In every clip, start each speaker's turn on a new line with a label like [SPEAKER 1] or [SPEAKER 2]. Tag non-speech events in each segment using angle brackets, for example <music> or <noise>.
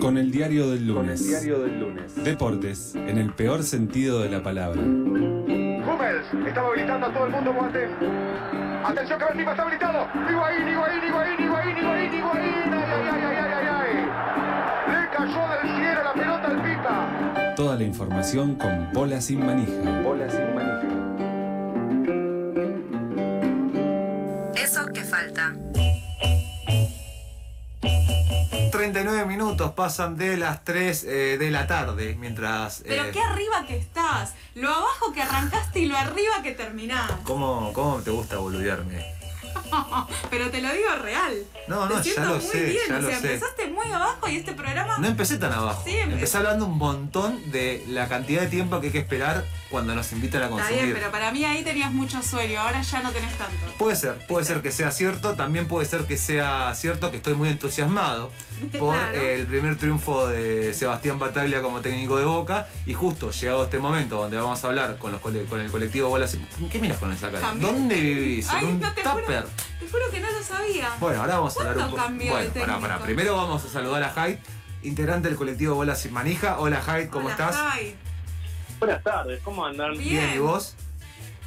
[SPEAKER 1] Con el diario del
[SPEAKER 2] Con el
[SPEAKER 1] lunes.
[SPEAKER 2] diario del lunes.
[SPEAKER 1] Deportes, en el peor sentido de la palabra.
[SPEAKER 3] Hummels estaba habilitando a todo el mundo Boateng. Atención que Benzema está habilitado. Higuaín, Higuaín, Higuaín, Higuaín, Higuaín, Higuaín. Ay, ay, ay, ay, ay, ay, ay. Le cayó del cielo la pelota al Pita.
[SPEAKER 1] Toda la información con Pola sin manija.
[SPEAKER 2] Bola sin manija.
[SPEAKER 4] Eso que falta.
[SPEAKER 5] 39 minutos pasan de las 3 eh, de la tarde, mientras...
[SPEAKER 6] Pero
[SPEAKER 5] eh,
[SPEAKER 6] qué arriba que estás. Lo abajo que arrancaste y lo arriba que terminás.
[SPEAKER 5] ¿cómo, ¿Cómo te gusta boludearme?
[SPEAKER 6] Pero te lo digo real.
[SPEAKER 5] No, no,
[SPEAKER 6] Te siento
[SPEAKER 5] ya lo
[SPEAKER 6] muy
[SPEAKER 5] sé,
[SPEAKER 6] bien.
[SPEAKER 5] ya
[SPEAKER 6] o
[SPEAKER 5] lo
[SPEAKER 6] sea,
[SPEAKER 5] sé.
[SPEAKER 6] empezaste muy abajo y este programa.
[SPEAKER 5] No empecé tan abajo.
[SPEAKER 6] Sí, empecé.
[SPEAKER 5] empecé hablando un montón de la cantidad de tiempo que hay que esperar cuando nos invitan a
[SPEAKER 6] Está
[SPEAKER 5] consumir.
[SPEAKER 6] bien, pero para mí ahí tenías mucho sueño. Ahora ya no tenés tanto.
[SPEAKER 5] Puede ser, puede ser que sea cierto, también puede ser que sea cierto que estoy muy entusiasmado por
[SPEAKER 6] <laughs> Claro.
[SPEAKER 5] eh, el primer triunfo de Sebastián Bataglia como técnico de Boca y justo llegado este momento donde vamos a hablar con, los cole- con el colectivo Bolas... ¿Qué miras con esa cara?
[SPEAKER 6] También.
[SPEAKER 5] ¿Dónde vivís? ¿En
[SPEAKER 6] Ay,
[SPEAKER 5] un
[SPEAKER 6] no te juro,
[SPEAKER 5] tupper?
[SPEAKER 6] te juro que no lo sabía.
[SPEAKER 5] Bueno, ahora vamos a hablar un
[SPEAKER 6] ¿Cuánto
[SPEAKER 5] poco.
[SPEAKER 6] cambió de
[SPEAKER 5] Bueno, pará,
[SPEAKER 6] técnico?
[SPEAKER 5] pará. Primero vamos a saludar a Hyde, integrante del colectivo Bolas sin Manija. Hola Hyde, ¿cómo
[SPEAKER 6] Hola,
[SPEAKER 5] estás?
[SPEAKER 6] Javi.
[SPEAKER 7] Buenas tardes, ¿cómo andan?
[SPEAKER 6] Bien.
[SPEAKER 5] Bien, ¿y vos?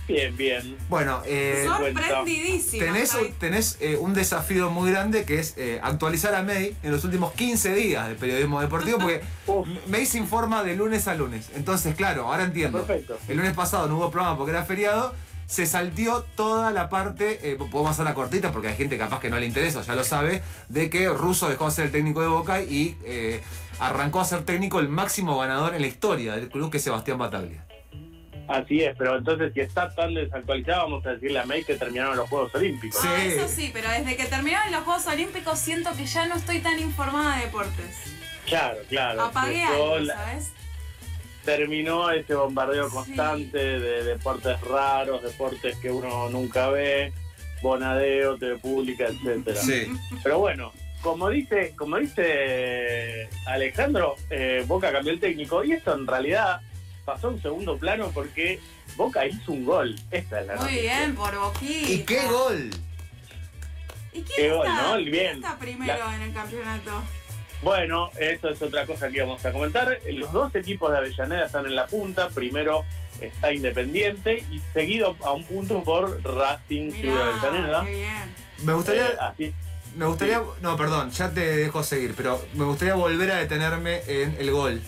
[SPEAKER 7] Bien, bien.
[SPEAKER 5] Bueno, eh,
[SPEAKER 6] Sorprendidísima.
[SPEAKER 5] tenés,
[SPEAKER 6] Javi.
[SPEAKER 5] tenés, eh, un desafío muy grande que es eh, actualizar a May en los últimos 15 días de periodismo deportivo porque
[SPEAKER 7] <laughs> Uf,
[SPEAKER 5] May se informa de lunes a lunes. Entonces, claro, ahora entiendo.
[SPEAKER 7] perfecto.
[SPEAKER 5] El lunes pasado no hubo programa porque era feriado. Se saltió toda la parte, eh, podemos hacer la cortita porque hay gente capaz que no le interesa, ya lo sabe, de que Russo dejó de ser el técnico de Boca y eh, arrancó a ser técnico el máximo ganador en la historia del club que es Sebastián Bataglia.
[SPEAKER 7] Así es, pero entonces si está tan desactualizado, vamos a decirle a May que terminaron los Juegos Olímpicos.
[SPEAKER 5] Sí.
[SPEAKER 6] Ah, eso sí, pero desde que terminaron los Juegos Olímpicos siento que ya no estoy tan informada de deportes.
[SPEAKER 7] Claro, claro.
[SPEAKER 6] Apagué
[SPEAKER 7] Empezó
[SPEAKER 6] algo,
[SPEAKER 7] la-
[SPEAKER 6] ¿sabes?
[SPEAKER 7] terminó ese bombardeo
[SPEAKER 6] Sí.
[SPEAKER 7] constante de deportes raros, deportes que uno nunca ve, Bonadeo, TV Pública, etcétera. Pero bueno, como dice, como dice Alejandro, eh, Boca cambió el técnico y esto en realidad pasó a un segundo plano porque Boca hizo un gol. Esta es la
[SPEAKER 6] Muy
[SPEAKER 7] noticia.
[SPEAKER 6] bien, por Boquita.
[SPEAKER 5] ¿Y qué gol?
[SPEAKER 6] ¿Y quién
[SPEAKER 7] Qué gol,
[SPEAKER 6] está,
[SPEAKER 7] ¿no?
[SPEAKER 6] quién
[SPEAKER 7] Bien.
[SPEAKER 6] está primero en el campeonato?
[SPEAKER 7] Bueno, eso es otra cosa que íbamos a comentar. Los dos equipos de Avellaneda están en la punta. Primero está Independiente y seguido a un punto por Racing Ciudad de
[SPEAKER 6] Mirá,
[SPEAKER 7] Avellaneda.
[SPEAKER 6] qué bien.
[SPEAKER 5] Me gustaría,
[SPEAKER 7] Eh, así-
[SPEAKER 5] Me gustaría. No, perdón, ya te dejo seguir, pero me gustaría volver a detenerme en el gol.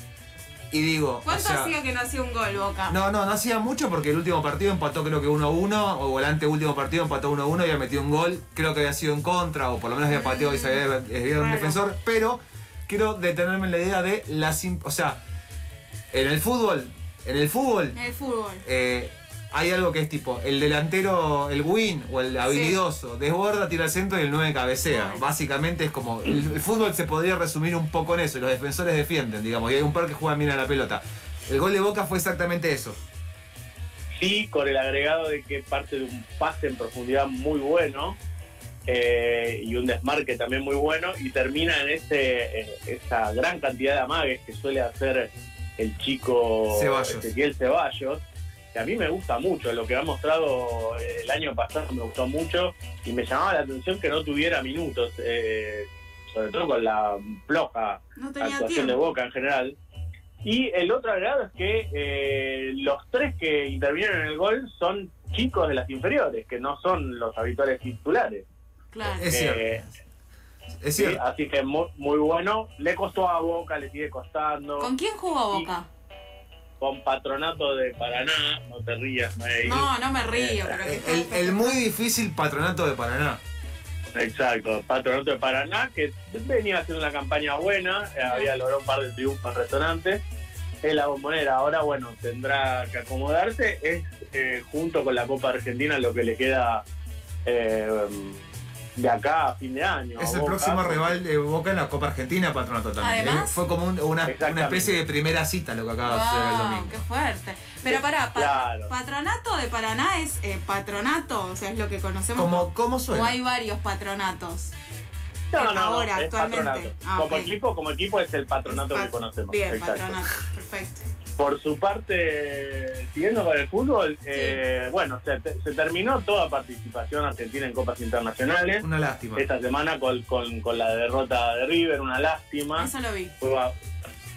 [SPEAKER 5] Y digo. o
[SPEAKER 6] ¿Cuánto
[SPEAKER 5] sea,
[SPEAKER 6] hacía que no hacía un gol, Boca?
[SPEAKER 5] No, no, no hacía mucho porque el último partido empató creo que 1-1, o el ante último partido empató 1-1 y había metido un gol, creo que había sido en contra, o por lo menos había pateado y se había desviado un
[SPEAKER 6] Raro.
[SPEAKER 5] defensor, pero quiero detenerme en la idea de la sim- O sea, en el fútbol, en el fútbol,
[SPEAKER 6] En el fútbol.
[SPEAKER 5] eh, hay algo que es tipo, el delantero, el win o el habilidoso, desborda, tira al centro y el 9 cabecea.
[SPEAKER 6] Ay.
[SPEAKER 5] Básicamente es como, el, el fútbol se podría resumir un poco en eso, y los defensores defienden, digamos, y hay un par que juegan bien a la pelota. El gol de Boca fue exactamente eso.
[SPEAKER 7] sí, con el agregado de que parte de un pase en profundidad muy bueno eh, y un desmarque también muy bueno y termina en ese, en esa gran cantidad de amagues que suele hacer el chico
[SPEAKER 5] Ceballos.
[SPEAKER 7] Ezequiel Ceballos, que a mí me gusta mucho, lo que ha mostrado eh, el año pasado me gustó mucho y me llamaba la atención que no tuviera minutos, eh, sobre todo con la floja
[SPEAKER 6] No tenía
[SPEAKER 7] actuación
[SPEAKER 6] tiempo.
[SPEAKER 7] de Boca en general. Y el otro agrado es que eh, los tres que intervinieron en el gol son chicos de las inferiores, que no son los habituales titulares.
[SPEAKER 6] Claro.
[SPEAKER 5] Es cierto.
[SPEAKER 7] Eh,
[SPEAKER 5] Es
[SPEAKER 7] sí,
[SPEAKER 5] cierto.
[SPEAKER 7] así que muy, muy bueno. Le costó a Boca, le sigue costando.
[SPEAKER 6] ¿Con
[SPEAKER 7] Con,
[SPEAKER 6] quién jugó Boca?
[SPEAKER 7] Patronato de Paraná, no te rías, May.
[SPEAKER 6] No, no me río. pero que-
[SPEAKER 5] Eh, El, el muy difícil patronato de Paraná.
[SPEAKER 7] Exacto, Patronato de Paraná, que venía haciendo una campaña buena, eh, había logrado un par de triunfos resonantes en la bombonera. Ahora, bueno, tendrá que acomodarse. Es eh, junto con la Copa Argentina lo que le queda eh, de acá a fin de año.
[SPEAKER 5] Es el
[SPEAKER 7] Boca.
[SPEAKER 5] próximo rival de Boca en la Copa Argentina, patronato también.
[SPEAKER 6] Además-
[SPEAKER 5] Eh, Fue como un- una, una
[SPEAKER 7] Exactamente.
[SPEAKER 5] especie de primera cita lo que acaba de hacer el
[SPEAKER 6] Wow,
[SPEAKER 5] domingo.
[SPEAKER 6] qué fuerte. Pero pará, pa-
[SPEAKER 7] Claro.
[SPEAKER 6] patronato de Paraná es eh, patronato, o sea, es lo que conocemos.
[SPEAKER 5] Como, ¿Cómo
[SPEAKER 6] o
[SPEAKER 5] suena?
[SPEAKER 6] hay varios patronatos.
[SPEAKER 7] No, no, no,
[SPEAKER 8] ahora,
[SPEAKER 7] es
[SPEAKER 8] actualmente.
[SPEAKER 7] patronato.
[SPEAKER 8] Ah,
[SPEAKER 7] como,
[SPEAKER 8] ok.
[SPEAKER 7] equipo, como equipo es el patronato
[SPEAKER 8] Pat-
[SPEAKER 7] que conocemos.
[SPEAKER 8] Bien,
[SPEAKER 7] Exacto.
[SPEAKER 8] patronato. Perfecto.
[SPEAKER 7] Por su parte, siguiendo con el fútbol, eh, bueno, se, se terminó toda participación argentina en copas internacionales.
[SPEAKER 5] Una lástima.
[SPEAKER 7] Esta semana con, con- con la derrota de River, una lástima.
[SPEAKER 6] Eso lo vi.
[SPEAKER 7] Fue, va-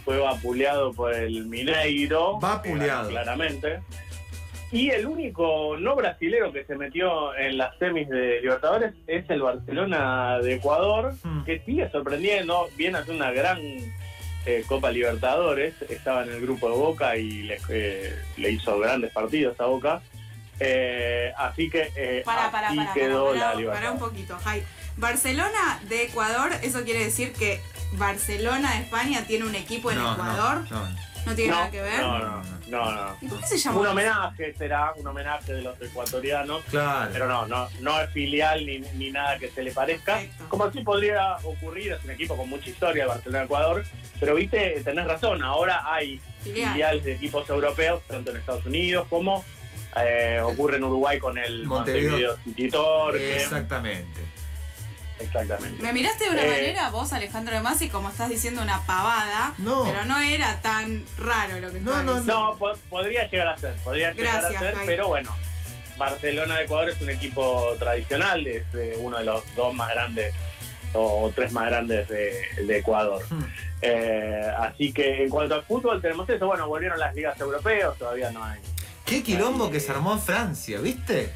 [SPEAKER 7] fue vapuleado por el Mineiro.
[SPEAKER 5] Vapuleado.
[SPEAKER 7] eh, Claramente. Y el único no brasilero que se metió en las semis de Libertadores es el Barcelona de Ecuador,
[SPEAKER 5] Mm.
[SPEAKER 7] que sigue sorprendiendo. Viene a hacer una gran eh, Copa Libertadores. Estaba en el grupo de Boca y le, eh, le hizo grandes partidos a Boca. Eh, así que eh,
[SPEAKER 8] Para, para,
[SPEAKER 7] así
[SPEAKER 8] para,
[SPEAKER 7] quedó
[SPEAKER 8] para,
[SPEAKER 7] la Libertadores.
[SPEAKER 8] un poquito, Jai. Barcelona de Ecuador, eso quiere decir que Barcelona de España tiene un equipo en
[SPEAKER 5] No, no,
[SPEAKER 8] Ecuador. No,
[SPEAKER 5] no.
[SPEAKER 8] tiene
[SPEAKER 7] No,
[SPEAKER 8] nada que ver.
[SPEAKER 7] No, no, no, no.
[SPEAKER 8] ¿Y por qué se llama?
[SPEAKER 7] Un homenaje será, un homenaje de los ecuatorianos,
[SPEAKER 5] Claro.
[SPEAKER 7] pero no, no, no es filial ni, ni nada que se le parezca.
[SPEAKER 8] Perfecto.
[SPEAKER 7] Como así podría ocurrir, es un equipo con mucha historia, Barcelona-Ecuador, pero viste, tenés razón, ahora hay
[SPEAKER 8] Filial.
[SPEAKER 7] filiales de equipos europeos, tanto en Estados Unidos como eh, ocurre en Uruguay con el
[SPEAKER 5] Montevideo.
[SPEAKER 7] Montevideo City Torque.
[SPEAKER 5] Exactamente.
[SPEAKER 7] Exactamente.
[SPEAKER 6] Me miraste de una
[SPEAKER 7] Eh.
[SPEAKER 6] manera, vos, Alejandro de Masi, como estás diciendo una pavada.
[SPEAKER 5] No.
[SPEAKER 6] Pero no era tan raro lo que
[SPEAKER 5] No,
[SPEAKER 6] estaba
[SPEAKER 5] no,
[SPEAKER 6] diciendo.
[SPEAKER 7] No, po- podría llegar a ser, podría
[SPEAKER 8] Gracias,
[SPEAKER 7] llegar a ser,
[SPEAKER 8] Jaime.
[SPEAKER 7] pero bueno, Barcelona de Ecuador es un equipo tradicional, es eh, uno de los dos más grandes o tres más grandes de, de Ecuador.
[SPEAKER 5] Hmm.
[SPEAKER 7] Eh, así que en cuanto al fútbol tenemos eso, bueno, volvieron las ligas europeas, todavía no hay.
[SPEAKER 5] Qué quilombo que se armó en Francia, ¿viste?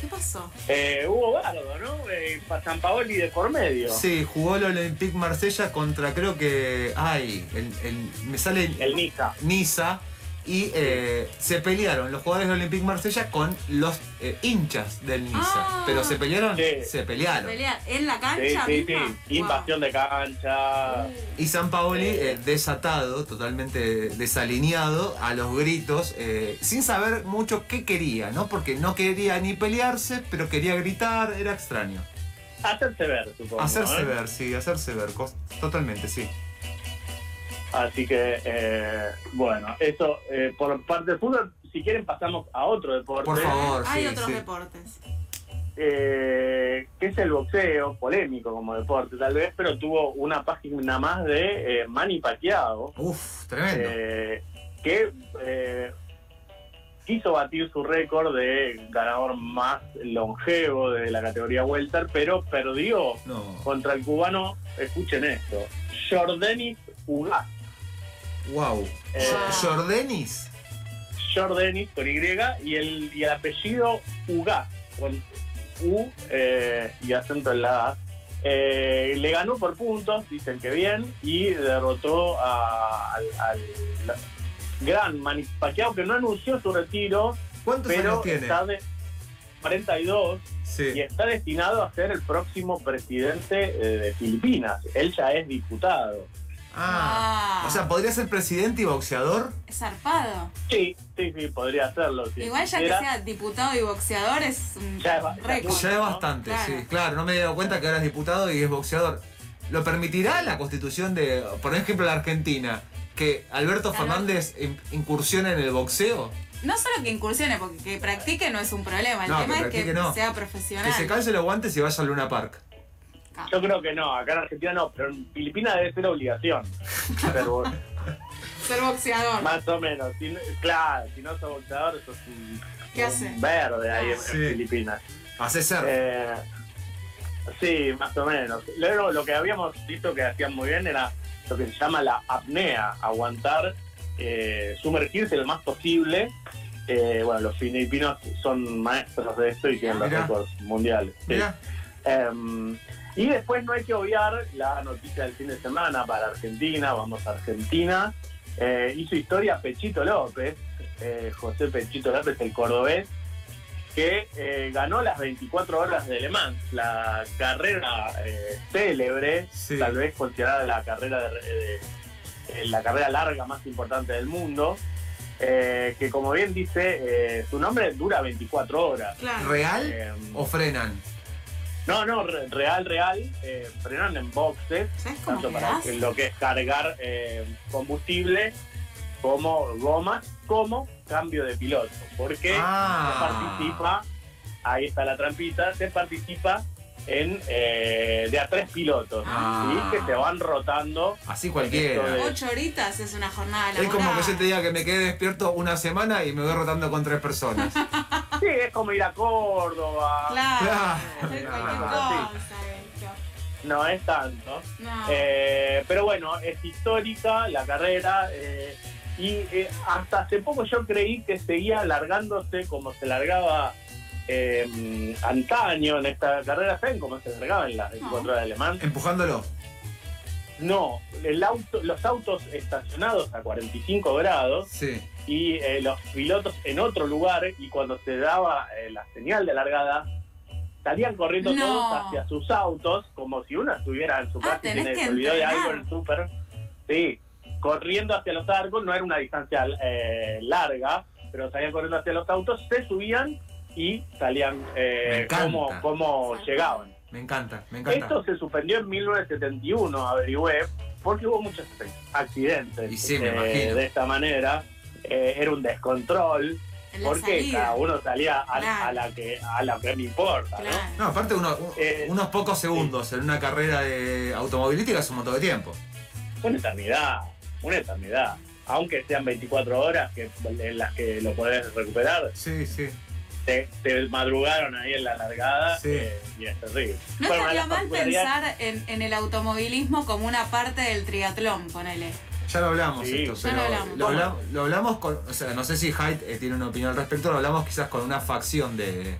[SPEAKER 6] ¿Qué pasó?
[SPEAKER 7] Eh, hubo Bardo, ¿no? Eh, pa- San Paoli de por medio.
[SPEAKER 5] Sí, jugó el Olympique Marsella contra creo que. Ay, el- el- me sale
[SPEAKER 7] El Niza.
[SPEAKER 5] Niza. Y eh, se pelearon los jugadores del Olympique Marsella con los eh, hinchas del Niza.
[SPEAKER 6] Ah.
[SPEAKER 5] Pero se pelearon,
[SPEAKER 7] Sí.
[SPEAKER 5] se pelearon.
[SPEAKER 6] ¿Pelea en la
[SPEAKER 7] Sí,
[SPEAKER 6] cancha
[SPEAKER 7] sí, sí.
[SPEAKER 6] misma?
[SPEAKER 7] Invasión de cancha.
[SPEAKER 5] Y San Paoli
[SPEAKER 7] Sí.
[SPEAKER 5] eh, desatado, totalmente desalineado, a los gritos, eh, sin saber mucho qué quería, ¿no? Porque no quería ni pelearse, pero quería gritar, era extraño.
[SPEAKER 7] Hacerse ver, supongo.
[SPEAKER 5] Hacerse
[SPEAKER 7] ¿no?
[SPEAKER 5] ver, sí, hacerse ver, cos- totalmente, sí.
[SPEAKER 7] Así que, eh, bueno, eso eh, por parte del fútbol. Si quieren, pasamos a otro deporte,
[SPEAKER 5] Por favor,
[SPEAKER 6] Hay
[SPEAKER 5] sí,
[SPEAKER 6] otros
[SPEAKER 5] sí.
[SPEAKER 6] deportes.
[SPEAKER 7] eh, que es el boxeo, polémico como deporte tal vez, pero tuvo una página más de eh, Manny Pacquiao,
[SPEAKER 5] Uf, tremendo.
[SPEAKER 7] eh, que eh, quiso batir su récord de ganador más longevo de la categoría welter, pero perdió
[SPEAKER 5] no.
[SPEAKER 7] contra el cubano, escuchen esto, Jordanis Ugas.
[SPEAKER 5] Wow.
[SPEAKER 7] Eh,
[SPEAKER 5] Jordanis.
[SPEAKER 7] Jordanis con Y y el, y el apellido Uga, con U eh, y acento en la A. Eh, le ganó por puntos, dicen que bien, y derrotó a- al, al gran Manny Pacquiao, que no anunció su retiro,
[SPEAKER 5] ¿Cuántos años
[SPEAKER 7] pero
[SPEAKER 5] tiene?
[SPEAKER 7] está de 42 y
[SPEAKER 5] Sí.
[SPEAKER 7] está destinado a ser el próximo presidente eh, de Filipinas. Él ya es diputado.
[SPEAKER 5] Ah. O sea, ¿podría ser presidente y boxeador?
[SPEAKER 6] es zarpado.
[SPEAKER 7] Sí, sí, sí, podría hacerlo. si
[SPEAKER 6] Igual ya que
[SPEAKER 7] quisiera.
[SPEAKER 6] sea diputado y boxeador es un
[SPEAKER 7] Ya es ba- ya
[SPEAKER 6] récord.
[SPEAKER 7] es
[SPEAKER 5] Ya es
[SPEAKER 7] ¿no?
[SPEAKER 5] bastante,
[SPEAKER 6] Claro.
[SPEAKER 5] sí. Claro, no me he dado cuenta que ahora es diputado y es boxeador. ¿Lo permitirá la constitución de, por ejemplo, la Argentina, que Alberto
[SPEAKER 6] Claro.
[SPEAKER 5] Fernández in- incursione en el boxeo?
[SPEAKER 6] No solo que incursione, porque que practique no es un problema. El
[SPEAKER 5] No,
[SPEAKER 6] tema
[SPEAKER 5] que
[SPEAKER 6] es
[SPEAKER 5] practique
[SPEAKER 6] que
[SPEAKER 5] no.
[SPEAKER 6] sea
[SPEAKER 5] Que
[SPEAKER 6] profesional.
[SPEAKER 5] se calce los guantes y vaya a Luna Park.
[SPEAKER 7] Yo creo que no, acá en Argentina no, pero en Filipinas debe ser obligación. Pero,
[SPEAKER 6] <laughs> Ser boxeador.
[SPEAKER 7] más o menos. Si no- claro, si no sos boxeador, sos un,
[SPEAKER 6] ¿Qué
[SPEAKER 7] un
[SPEAKER 6] hace?
[SPEAKER 7] verde ahí en, en
[SPEAKER 5] Sí.
[SPEAKER 7] Filipinas.
[SPEAKER 5] Hace ser.
[SPEAKER 7] Eh, sí, más o menos. Luego, lo que habíamos visto que hacían muy bien era lo que se llama la apnea, aguantar, eh, sumergirse lo más posible. Eh, bueno, los filipinos son maestros de esto y tienen los
[SPEAKER 5] Mirá.
[SPEAKER 7] récords mundiales. Sí.
[SPEAKER 5] Mirá,
[SPEAKER 7] Em, y después no hay que obviar la noticia del fin de semana para Argentina, vamos a Argentina. Eh, hizo historia Pechito López, eh, José Pechito López, el cordobés, que eh, ganó las 24 horas de Le Mans, la carrera eh, célebre,
[SPEAKER 5] Sí.
[SPEAKER 7] tal vez considerada la carrera de- de- eh, la carrera larga más importante del mundo, eh, que como bien dice eh, su nombre, dura 24 horas.
[SPEAKER 6] Claro.
[SPEAKER 5] ¿Real
[SPEAKER 7] Em,
[SPEAKER 5] o frenan?
[SPEAKER 7] no, no, re- real, real. Eh, frenaron en boxes,
[SPEAKER 6] ¿Sabes cómo
[SPEAKER 7] tanto para
[SPEAKER 6] quedás?
[SPEAKER 7] que- lo que es cargar eh, combustible como gomas, como cambio de piloto. Porque
[SPEAKER 5] Ah.
[SPEAKER 7] se participa, ahí está la trampita, se participa en eh, de a tres pilotos
[SPEAKER 5] Ah.
[SPEAKER 7] ¿sí? que se van rotando.
[SPEAKER 5] Así cualquiera.
[SPEAKER 7] Esto
[SPEAKER 6] Ocho horitas es una jornada
[SPEAKER 5] Es
[SPEAKER 6] laboral.
[SPEAKER 5] como que yo te diga que me quedé despierto una semana y me voy rotando con tres
[SPEAKER 6] <laughs>
[SPEAKER 5] personas.
[SPEAKER 7] Sí, es como ir a Córdoba.
[SPEAKER 6] Claro,
[SPEAKER 5] Claro.
[SPEAKER 6] hacer cualquier
[SPEAKER 7] Ah,
[SPEAKER 6] cosa, Bencho.
[SPEAKER 7] No es tanto.
[SPEAKER 6] No.
[SPEAKER 7] Eh, pero bueno, es histórica la carrera. eh, y eh, hasta hace poco yo creí que seguía alargándose como se largaba eh, antaño en esta carrera. ¿Saben cómo se largaba en las 24 horas de alemán?
[SPEAKER 5] Empujándolo.
[SPEAKER 7] No, el auto, los autos estacionados a 45 grados
[SPEAKER 5] Sí.
[SPEAKER 7] y eh, los pilotos en otro lugar y cuando se daba eh, la señal de largada salían corriendo
[SPEAKER 6] No.
[SPEAKER 7] todos hacia sus autos como si uno estuviera en su
[SPEAKER 6] Ah,
[SPEAKER 7] casa y
[SPEAKER 6] tenés
[SPEAKER 7] tiene-
[SPEAKER 6] que
[SPEAKER 7] se olvidó de
[SPEAKER 6] entrenar.
[SPEAKER 7] algo en el súper sí corriendo hacia los árboles no era una distancia eh, larga pero salían corriendo hacia los autos se subían y salían
[SPEAKER 5] Me
[SPEAKER 7] eh,
[SPEAKER 5] encanta.
[SPEAKER 7] como como llegaban
[SPEAKER 5] Me encanta, me encanta.
[SPEAKER 7] esto se suspendió en 1971, averigüé, porque hubo muchos accidentes
[SPEAKER 5] Y sí, me
[SPEAKER 7] eh,
[SPEAKER 5] imagino.
[SPEAKER 7] de esta manera. Eh, era un descontrol,
[SPEAKER 6] En la
[SPEAKER 7] porque
[SPEAKER 6] salida.
[SPEAKER 7] cada uno salía a,
[SPEAKER 6] Claro.
[SPEAKER 7] a la, que, a la que me importa, ¿no?
[SPEAKER 6] Claro.
[SPEAKER 5] No, aparte uno- u-
[SPEAKER 7] Eh,
[SPEAKER 5] unos pocos segundos en una carrera de automovilística es un montón de tiempo.
[SPEAKER 7] Una eternidad, una eternidad. Aunque sean 24 horas que, en las que lo podés recuperar,
[SPEAKER 5] Sí, sí.
[SPEAKER 7] te, te madrugaron ahí en la largada
[SPEAKER 5] Sí.
[SPEAKER 7] eh, y es terrible.
[SPEAKER 6] No
[SPEAKER 7] Bueno, una
[SPEAKER 6] estaría
[SPEAKER 7] de las
[SPEAKER 6] mal pensar
[SPEAKER 7] particularidades-
[SPEAKER 6] en, en el automovilismo como una parte del triatlón, ponele.
[SPEAKER 5] Ya lo hablamos
[SPEAKER 7] Sí.
[SPEAKER 5] esto,
[SPEAKER 6] Ya
[SPEAKER 5] pero
[SPEAKER 6] lo hablamos.
[SPEAKER 5] lo, habla- lo hablamos con, o sea, no sé si Haidt eh, tiene una opinión al respecto, lo hablamos quizás con una facción de,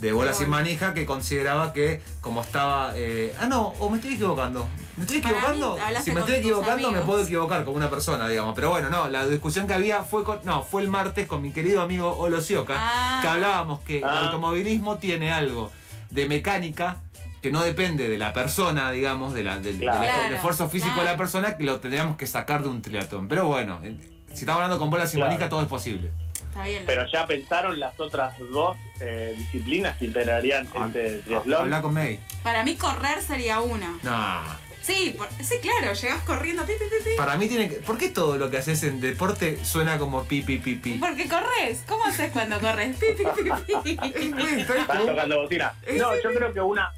[SPEAKER 5] de Bola
[SPEAKER 6] Sí,
[SPEAKER 5] Sin
[SPEAKER 6] bueno.
[SPEAKER 5] Manija que consideraba que como estaba, eh, ah no, o me estoy equivocando, me estoy
[SPEAKER 6] Para mí,
[SPEAKER 5] equivocando,
[SPEAKER 6] hablaste
[SPEAKER 5] si me
[SPEAKER 6] con
[SPEAKER 5] estoy
[SPEAKER 6] tus
[SPEAKER 5] equivocando me
[SPEAKER 6] amigos.
[SPEAKER 5] puedo equivocar como una persona, digamos, pero bueno, no, la discusión que había fue con, no, fue el martes con mi querido amigo Olosioka,
[SPEAKER 6] Ah.
[SPEAKER 5] que hablábamos que el
[SPEAKER 7] Ah.
[SPEAKER 5] automovilismo tiene algo de mecánica que no depende de la persona, digamos, de la, del- del
[SPEAKER 7] Claro.
[SPEAKER 5] esfuerzo- del esfuerzo físico de la
[SPEAKER 6] Claro.
[SPEAKER 5] persona que lo tendríamos que sacar de un triatlón. Pero bueno, eh, si estamos hablando con bolas sin
[SPEAKER 7] Claro.
[SPEAKER 5] manija, todo es posible.
[SPEAKER 6] Está bien.
[SPEAKER 7] Pero ya pensaron las otras dos eh, disciplinas que integrarían
[SPEAKER 5] Ah,
[SPEAKER 7] este triatlón.
[SPEAKER 5] Habla con May.
[SPEAKER 6] Para mí correr sería una.
[SPEAKER 5] Nah.
[SPEAKER 6] Sí, por- sí, claro, llegás corriendo, pi, pi, pi, pi.
[SPEAKER 5] Para mí tiene que. ¿Por qué todo lo que haces en deporte suena como pi pi pi pi?
[SPEAKER 6] Porque corres. ¿Cómo haces cuando corres? Pi, pi, pi, pi. ¿Eh?
[SPEAKER 7] Estás tocando bocina. No, yo creo que una,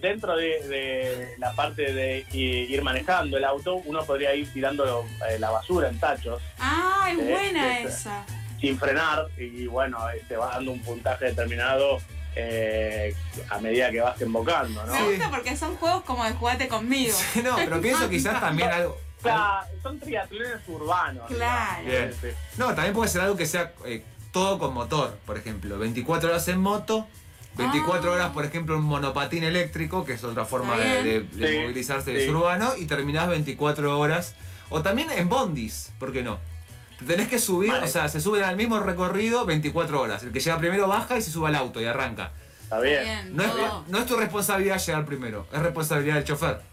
[SPEAKER 7] dentro de, de la parte de i- ir manejando el auto, uno podría ir tirando eh, la basura en tachos
[SPEAKER 6] Ay,
[SPEAKER 7] Sí,
[SPEAKER 6] buena
[SPEAKER 7] sí, sí.
[SPEAKER 6] esa.
[SPEAKER 7] sin frenar y bueno, eh, te va dando un puntaje determinado eh, a medida que vas embocando, ¿no?
[SPEAKER 6] Me gusta porque son juegos como de jugate conmigo.
[SPEAKER 5] <laughs> no, pero pienso quizás también algo.
[SPEAKER 7] O sea, son triatlones urbanos.
[SPEAKER 6] Claro.
[SPEAKER 7] digamos. Sí,
[SPEAKER 5] No, también puede ser algo que sea eh, todo con motor, por ejemplo. 24 horas en moto, 24
[SPEAKER 6] Ah.
[SPEAKER 5] horas, por ejemplo, en monopatín eléctrico, que es otra forma de,
[SPEAKER 6] Está bien.
[SPEAKER 5] de- de
[SPEAKER 7] Sí,
[SPEAKER 5] movilizarse
[SPEAKER 7] sí.
[SPEAKER 5] del urbano, y terminás 24 horas. O también en bondis, ¿por qué no? Te tenés que subir,
[SPEAKER 7] Vale.
[SPEAKER 5] o sea, se suben al mismo recorrido 24 horas. El que llega primero baja y se sube al auto y arranca.
[SPEAKER 7] Está
[SPEAKER 6] Está
[SPEAKER 7] bien.
[SPEAKER 6] Bien,
[SPEAKER 5] No es,
[SPEAKER 6] todo.
[SPEAKER 5] no es tu responsabilidad llegar primero, es responsabilidad del chofer.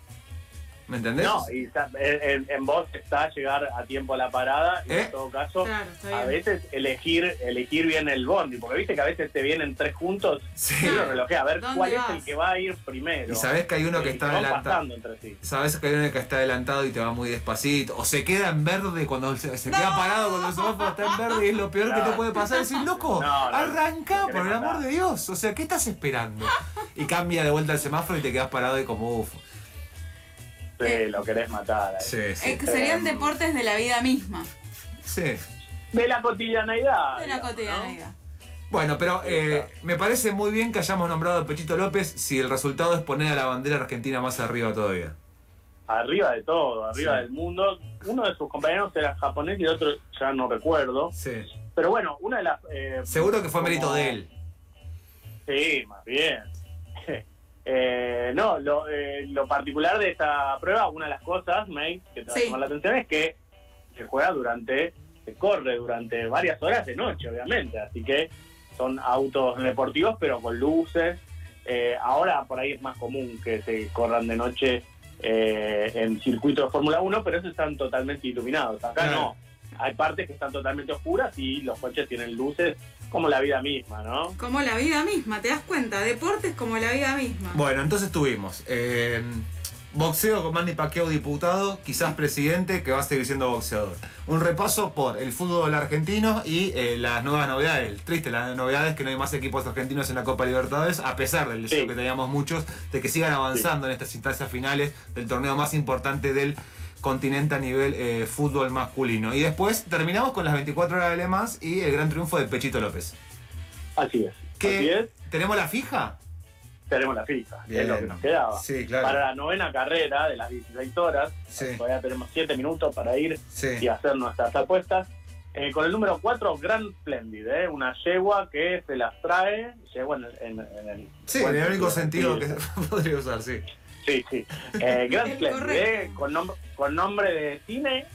[SPEAKER 5] ¿Me entendés?
[SPEAKER 7] No, y sa- en, en vos está llegar a tiempo a la parada y
[SPEAKER 5] ¿Eh?
[SPEAKER 7] en todo caso
[SPEAKER 6] Claro, está
[SPEAKER 7] a
[SPEAKER 6] bien.
[SPEAKER 7] veces elegir elegir bien el bondi, porque viste que a veces te vienen tres juntos
[SPEAKER 5] Sí.
[SPEAKER 6] <laughs>
[SPEAKER 7] y lo relojea a ver
[SPEAKER 6] ¿Dónde
[SPEAKER 7] cuál
[SPEAKER 6] vas?
[SPEAKER 7] es el que va a ir primero.
[SPEAKER 5] Y sabés que hay uno que
[SPEAKER 7] Y
[SPEAKER 5] está
[SPEAKER 7] se van
[SPEAKER 5] adelantado.
[SPEAKER 7] pasando entre sí.
[SPEAKER 5] Sabes que hay uno que está adelantado y te va muy despacito. O se queda en verde cuando se, se queda parado cuando el semáforo está en verde y es lo peor que te
[SPEAKER 7] No.
[SPEAKER 5] puede pasar. Decir, loco,
[SPEAKER 7] No, no,
[SPEAKER 5] arranca,
[SPEAKER 7] no querés
[SPEAKER 5] por el amor
[SPEAKER 7] matar".
[SPEAKER 5] de Dios. O sea, ¿qué estás esperando? Y cambia de vuelta el semáforo y te quedas parado y como uff.
[SPEAKER 7] Sí, lo querés matar. ahí.
[SPEAKER 6] Eh, que serían deportes de la vida misma.
[SPEAKER 5] Sí.
[SPEAKER 7] De la cotidianeidad.
[SPEAKER 6] De la
[SPEAKER 7] digamos,
[SPEAKER 6] cotidianidad.
[SPEAKER 5] Bueno, pero eh, me parece muy bien que hayamos nombrado a Pechito López si el resultado es poner a la bandera argentina más arriba todavía.
[SPEAKER 7] ¿no? Arriba de todo, arriba
[SPEAKER 5] Sí.
[SPEAKER 7] del mundo. Uno de sus compañeros era japonés y el otro ya no recuerdo.
[SPEAKER 5] Sí.
[SPEAKER 7] Pero bueno, una de las... eh,
[SPEAKER 5] Seguro que fue
[SPEAKER 7] como-
[SPEAKER 5] mérito de él.
[SPEAKER 7] Sí, más bien. <laughs> Eh, no, lo, eh, lo particular de esta prueba, una de las cosas, May, que te va a
[SPEAKER 6] Sí.
[SPEAKER 7] llamar la atención es que se juega durante, se corre durante varias horas de noche, obviamente. Así que son autos deportivos, pero con luces. Eh, ahora por ahí es más común que se corran de noche eh, en circuitos de Fórmula 1, pero esos están totalmente iluminados. Acá
[SPEAKER 5] Claro.
[SPEAKER 7] no. Hay partes que están totalmente oscuras y los coches tienen luces como la vida misma, ¿no?
[SPEAKER 6] Como la vida misma, ¿te das cuenta? Deportes como la vida misma.
[SPEAKER 5] Bueno, entonces tuvimos eh, Boxeo con Manny Pacquiao diputado, quizás presidente, que va a seguir siendo boxeador. Un repaso por el fútbol argentino y eh, las nuevas novedades. Triste, las novedades que no hay más equipos argentinos en la Copa Libertadores, a pesar del deseo
[SPEAKER 7] Sí.
[SPEAKER 5] que teníamos muchos de que sigan avanzando en estas instancias finales del torneo más importante del continente a nivel eh, fútbol masculino. Y después terminamos con las 24 horas de Le Mans y el gran triunfo de Pechito López.
[SPEAKER 7] Así es. Así
[SPEAKER 5] ¿Qué?
[SPEAKER 7] es.
[SPEAKER 5] ¿Tenemos la fija?
[SPEAKER 7] Tenemos la fija.
[SPEAKER 5] Bien.
[SPEAKER 7] Es lo que nos quedaba.
[SPEAKER 5] Sí, claro.
[SPEAKER 7] Para la novena carrera de las 16 horas,
[SPEAKER 5] Sí.
[SPEAKER 7] todavía tenemos 7 minutos para ir y
[SPEAKER 5] Sí.
[SPEAKER 7] hacer nuestras apuestas. Eh, con el número 4, Grand Splendid, ¿eh? una yegua que se las trae, yegua en el... En, en el
[SPEAKER 5] Sí, en el único sentido que <laughs> podría usar, sí.
[SPEAKER 7] Sí, sí.
[SPEAKER 5] <laughs>
[SPEAKER 7] Eh, Grand
[SPEAKER 8] El
[SPEAKER 7] Splendid,
[SPEAKER 8] correcto.
[SPEAKER 7] ¿eh? con, nom- con nombre de cine,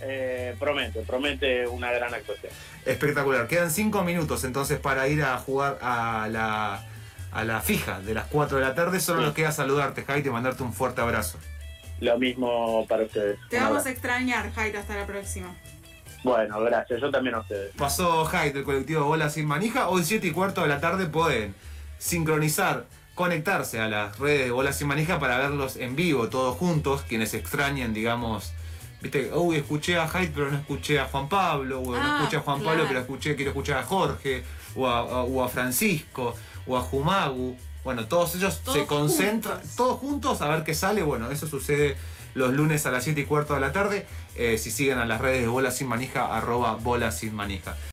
[SPEAKER 7] eh, promete, promete una gran actuación.
[SPEAKER 5] Espectacular. Quedan 5 minutos entonces para ir a jugar a la, a la fija de las 4 de la tarde. Solo
[SPEAKER 7] Sí.
[SPEAKER 5] nos queda saludarte, Jaite, y mandarte un fuerte abrazo.
[SPEAKER 7] Lo mismo para ustedes.
[SPEAKER 8] Te
[SPEAKER 7] Un
[SPEAKER 8] vamos a
[SPEAKER 7] abrazo.
[SPEAKER 8] extrañar, Jaita, hasta la próxima.
[SPEAKER 7] Bueno, gracias. Yo también a ustedes.
[SPEAKER 5] Pasó Hyde del colectivo Bola Sin Manija. Hoy 7 y cuarto de la tarde pueden sincronizar, conectarse a las redes de Bola Sin Manija para verlos en vivo, todos juntos, quienes extrañen, digamos. Viste, uy, escuché a Hyde, pero no escuché a Juan Pablo, o no
[SPEAKER 8] Ah,
[SPEAKER 5] escuché a Juan
[SPEAKER 8] claro.
[SPEAKER 5] Pablo, pero escuché, quiero escuchar a Jorge, o a, a- o a Francisco, o a Jumagu. Bueno, todos ellos se
[SPEAKER 8] Todos
[SPEAKER 5] concentran,
[SPEAKER 8] juntos.
[SPEAKER 5] todos juntos a ver qué sale. Bueno, eso sucede los lunes a las 7 y cuarto de la tarde. Eh, si siguen a las redes de Bola Sin Manija, arroba Bola Sin Manija.